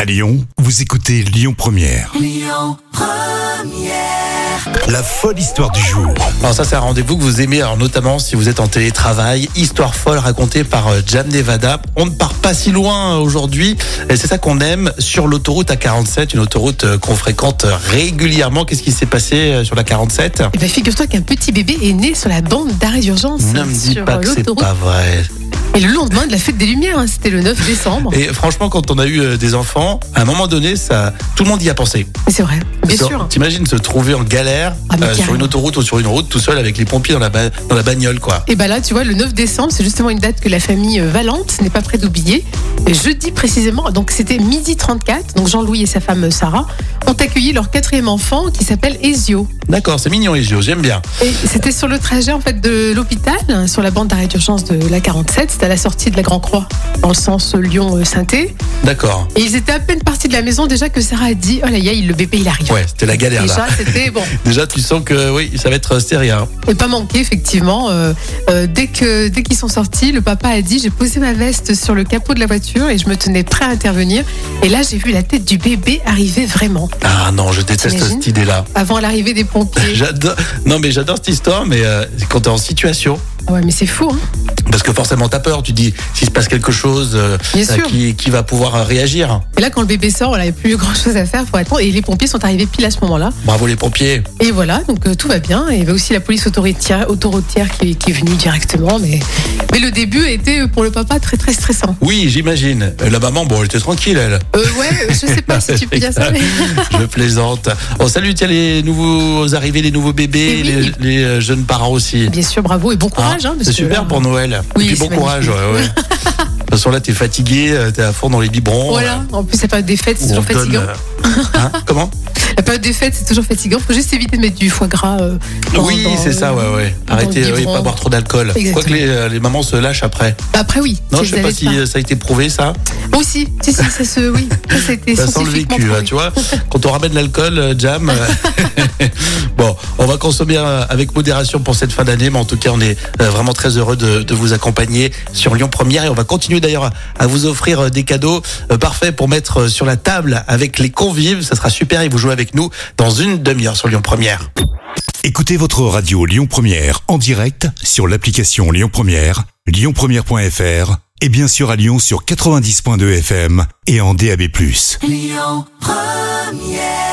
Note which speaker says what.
Speaker 1: À Lyon, vous écoutez Lyon Première. Lyon Première. La folle histoire du jour.
Speaker 2: Alors ça c'est un rendez-vous que vous aimez, alors notamment si vous êtes en télétravail, histoire folle racontée par euh, Jam Nevada. On ne part pas si loin euh, aujourd'hui, et c'est ça qu'on aime sur l'autoroute A47, une autoroute euh, qu'on fréquente régulièrement. Qu'est-ce qui s'est passé euh, sur la 47
Speaker 3: Eh ben, figure-toi qu'un petit bébé est né sur la bande d'arrêt d'urgence
Speaker 2: Ne me dis
Speaker 3: sur euh,
Speaker 2: pas que c'est
Speaker 3: l'autoroute.
Speaker 2: pas vrai.
Speaker 3: Et le lendemain de la fête des Lumières, hein, c'était le 9 décembre.
Speaker 2: Et franchement, quand on a eu euh, des enfants, à un moment donné, ça, tout le monde y a pensé.
Speaker 3: Mais C'est vrai, bien
Speaker 2: So-
Speaker 3: sûr.
Speaker 2: T'imagines se trouver en galère euh,
Speaker 3: Ah, mais
Speaker 2: sur
Speaker 3: carrément.
Speaker 2: une autoroute ou sur une route tout seul avec les pompiers dans la, ba- dans la bagnole, quoi.
Speaker 3: Et ben là, tu vois, le 9 décembre, c'est justement une date que la famille euh, Valente n'est pas près d'oublier. Et Jeudi précisément, donc c'était midi 34, donc Jean-Louis et sa femme euh, Sarah ont accueilli leur quatrième enfant qui s'appelle Ezio.
Speaker 2: D'accord, c'est mignon, Egio, j'aime bien.
Speaker 3: Et c'était sur le trajet en fait de l'hôpital, hein, sur la bande d'arrêt d'urgence de la 47, c'était à la sortie de la Grand Croix, dans le sens euh, Lyon-Sainté.
Speaker 2: D'accord.
Speaker 3: Et ils étaient à peine partis de la maison déjà que Sarah a dit Oh là, y le bébé il arrive.
Speaker 2: Ouais, c'était la galère, là.
Speaker 3: Déjà, c'était bon.
Speaker 2: Déjà, tu sens que oui, ça va être sérieux. hein.
Speaker 3: Et pas manqué, effectivement. euh, euh, dès que dès qu'ils sont sortis, le papa a dit J'ai posé ma veste sur le capot de la voiture et je me tenais prêt à intervenir. Et là, j'ai vu la tête du bébé arriver vraiment,
Speaker 2: Ah non, je déteste
Speaker 3: T'imagines
Speaker 2: cette idée-là.
Speaker 3: avant l'arrivée des pompiers.
Speaker 2: J'adore. Non, mais j'adore cette histoire, mais euh, quand t'es en situation,
Speaker 3: Ah ouais, mais c'est fou, hein
Speaker 2: parce que forcément t'as peur. Tu dis, s'il se passe quelque chose, euh,
Speaker 3: Bien
Speaker 2: euh,
Speaker 3: sûr.
Speaker 2: qui, qui va pouvoir euh, réagir
Speaker 3: Et là, quand le bébé sort, on n'avait plus grand chose à faire pour attendre. Et les pompiers sont arrivés pile à ce moment-là.
Speaker 2: Bravo les pompiers.
Speaker 3: Et voilà, donc euh, tout va bien. Et il y avait aussi la police autoroutière, autoroutière qui, qui est venue directement. Mais, mais le début était euh, pour le papa très très stressant.
Speaker 2: Oui, j'imagine. Euh, La maman, bon, elle était tranquille, elle.
Speaker 3: Euh, ouais, je sais pas si tu peux dire ça. mais-
Speaker 2: Je plaisante. On salue tiens, les nouveaux arrivés, les nouveaux bébés,
Speaker 3: Eh oui.
Speaker 2: les, les, euh, jeunes parents aussi.
Speaker 3: Bien sûr, bravo et bon courage.
Speaker 2: Hein,
Speaker 3: hein, parce
Speaker 2: c'est
Speaker 3: que
Speaker 2: super
Speaker 3: là,
Speaker 2: pour Noël.
Speaker 3: Oui,
Speaker 2: Et puis
Speaker 3: c'est
Speaker 2: bon courage. ouais, ouais. De toute façon, là, t'es fatigué, euh, t'es à fond dans les biberons.
Speaker 3: Voilà, en plus, la période des fêtes, c'est
Speaker 2: Où on
Speaker 3: toujours
Speaker 2: te donne,
Speaker 3: fatigant.
Speaker 2: euh, hein, Comment
Speaker 3: La période des fêtes, c'est toujours fatigant. Faut juste éviter de mettre du foie gras. euh, dans-
Speaker 2: Oui,
Speaker 3: dans-
Speaker 2: c'est ça, ouais, ouais.
Speaker 3: dans le
Speaker 2: Arrêtez, euh, oui,
Speaker 3: biberon.
Speaker 2: pas boire trop d'alcool.
Speaker 3: Exactement.
Speaker 2: Quoique les, euh, les mamans se lâchent après.
Speaker 3: Bah, Après, oui.
Speaker 2: Non,
Speaker 3: si
Speaker 2: je
Speaker 3: vous
Speaker 2: sais pas
Speaker 3: avez
Speaker 2: si euh, ça a été prouvé, ça.
Speaker 3: pas. Aussi, si, si, ça se. Oui, ça, ça a été
Speaker 2: Ça sent le
Speaker 3: scientifiquement
Speaker 2: vécu, hein,
Speaker 3: prouvé.
Speaker 2: tu vois. Quand on ramène l'alcool, euh, Jam. euh, bon, on va consommer euh, avec modération pour cette fin d'année, mais en tout cas, on est euh, vraiment très heureux de, de vous accompagner sur Lyon Première et on va continuer d'ailleurs à- à vous offrir euh, des cadeaux euh, parfaits pour mettre euh, sur la table avec les convives. Ça sera super et vous jouez avec nous dans une demi-heure sur Lyon Première.
Speaker 1: Écoutez votre radio Lyon Première en direct sur l'application Lyon Première, lyonpremière.fr et bien sûr à Lyon sur 90.2 FM et en DAB+.
Speaker 4: Lyon Première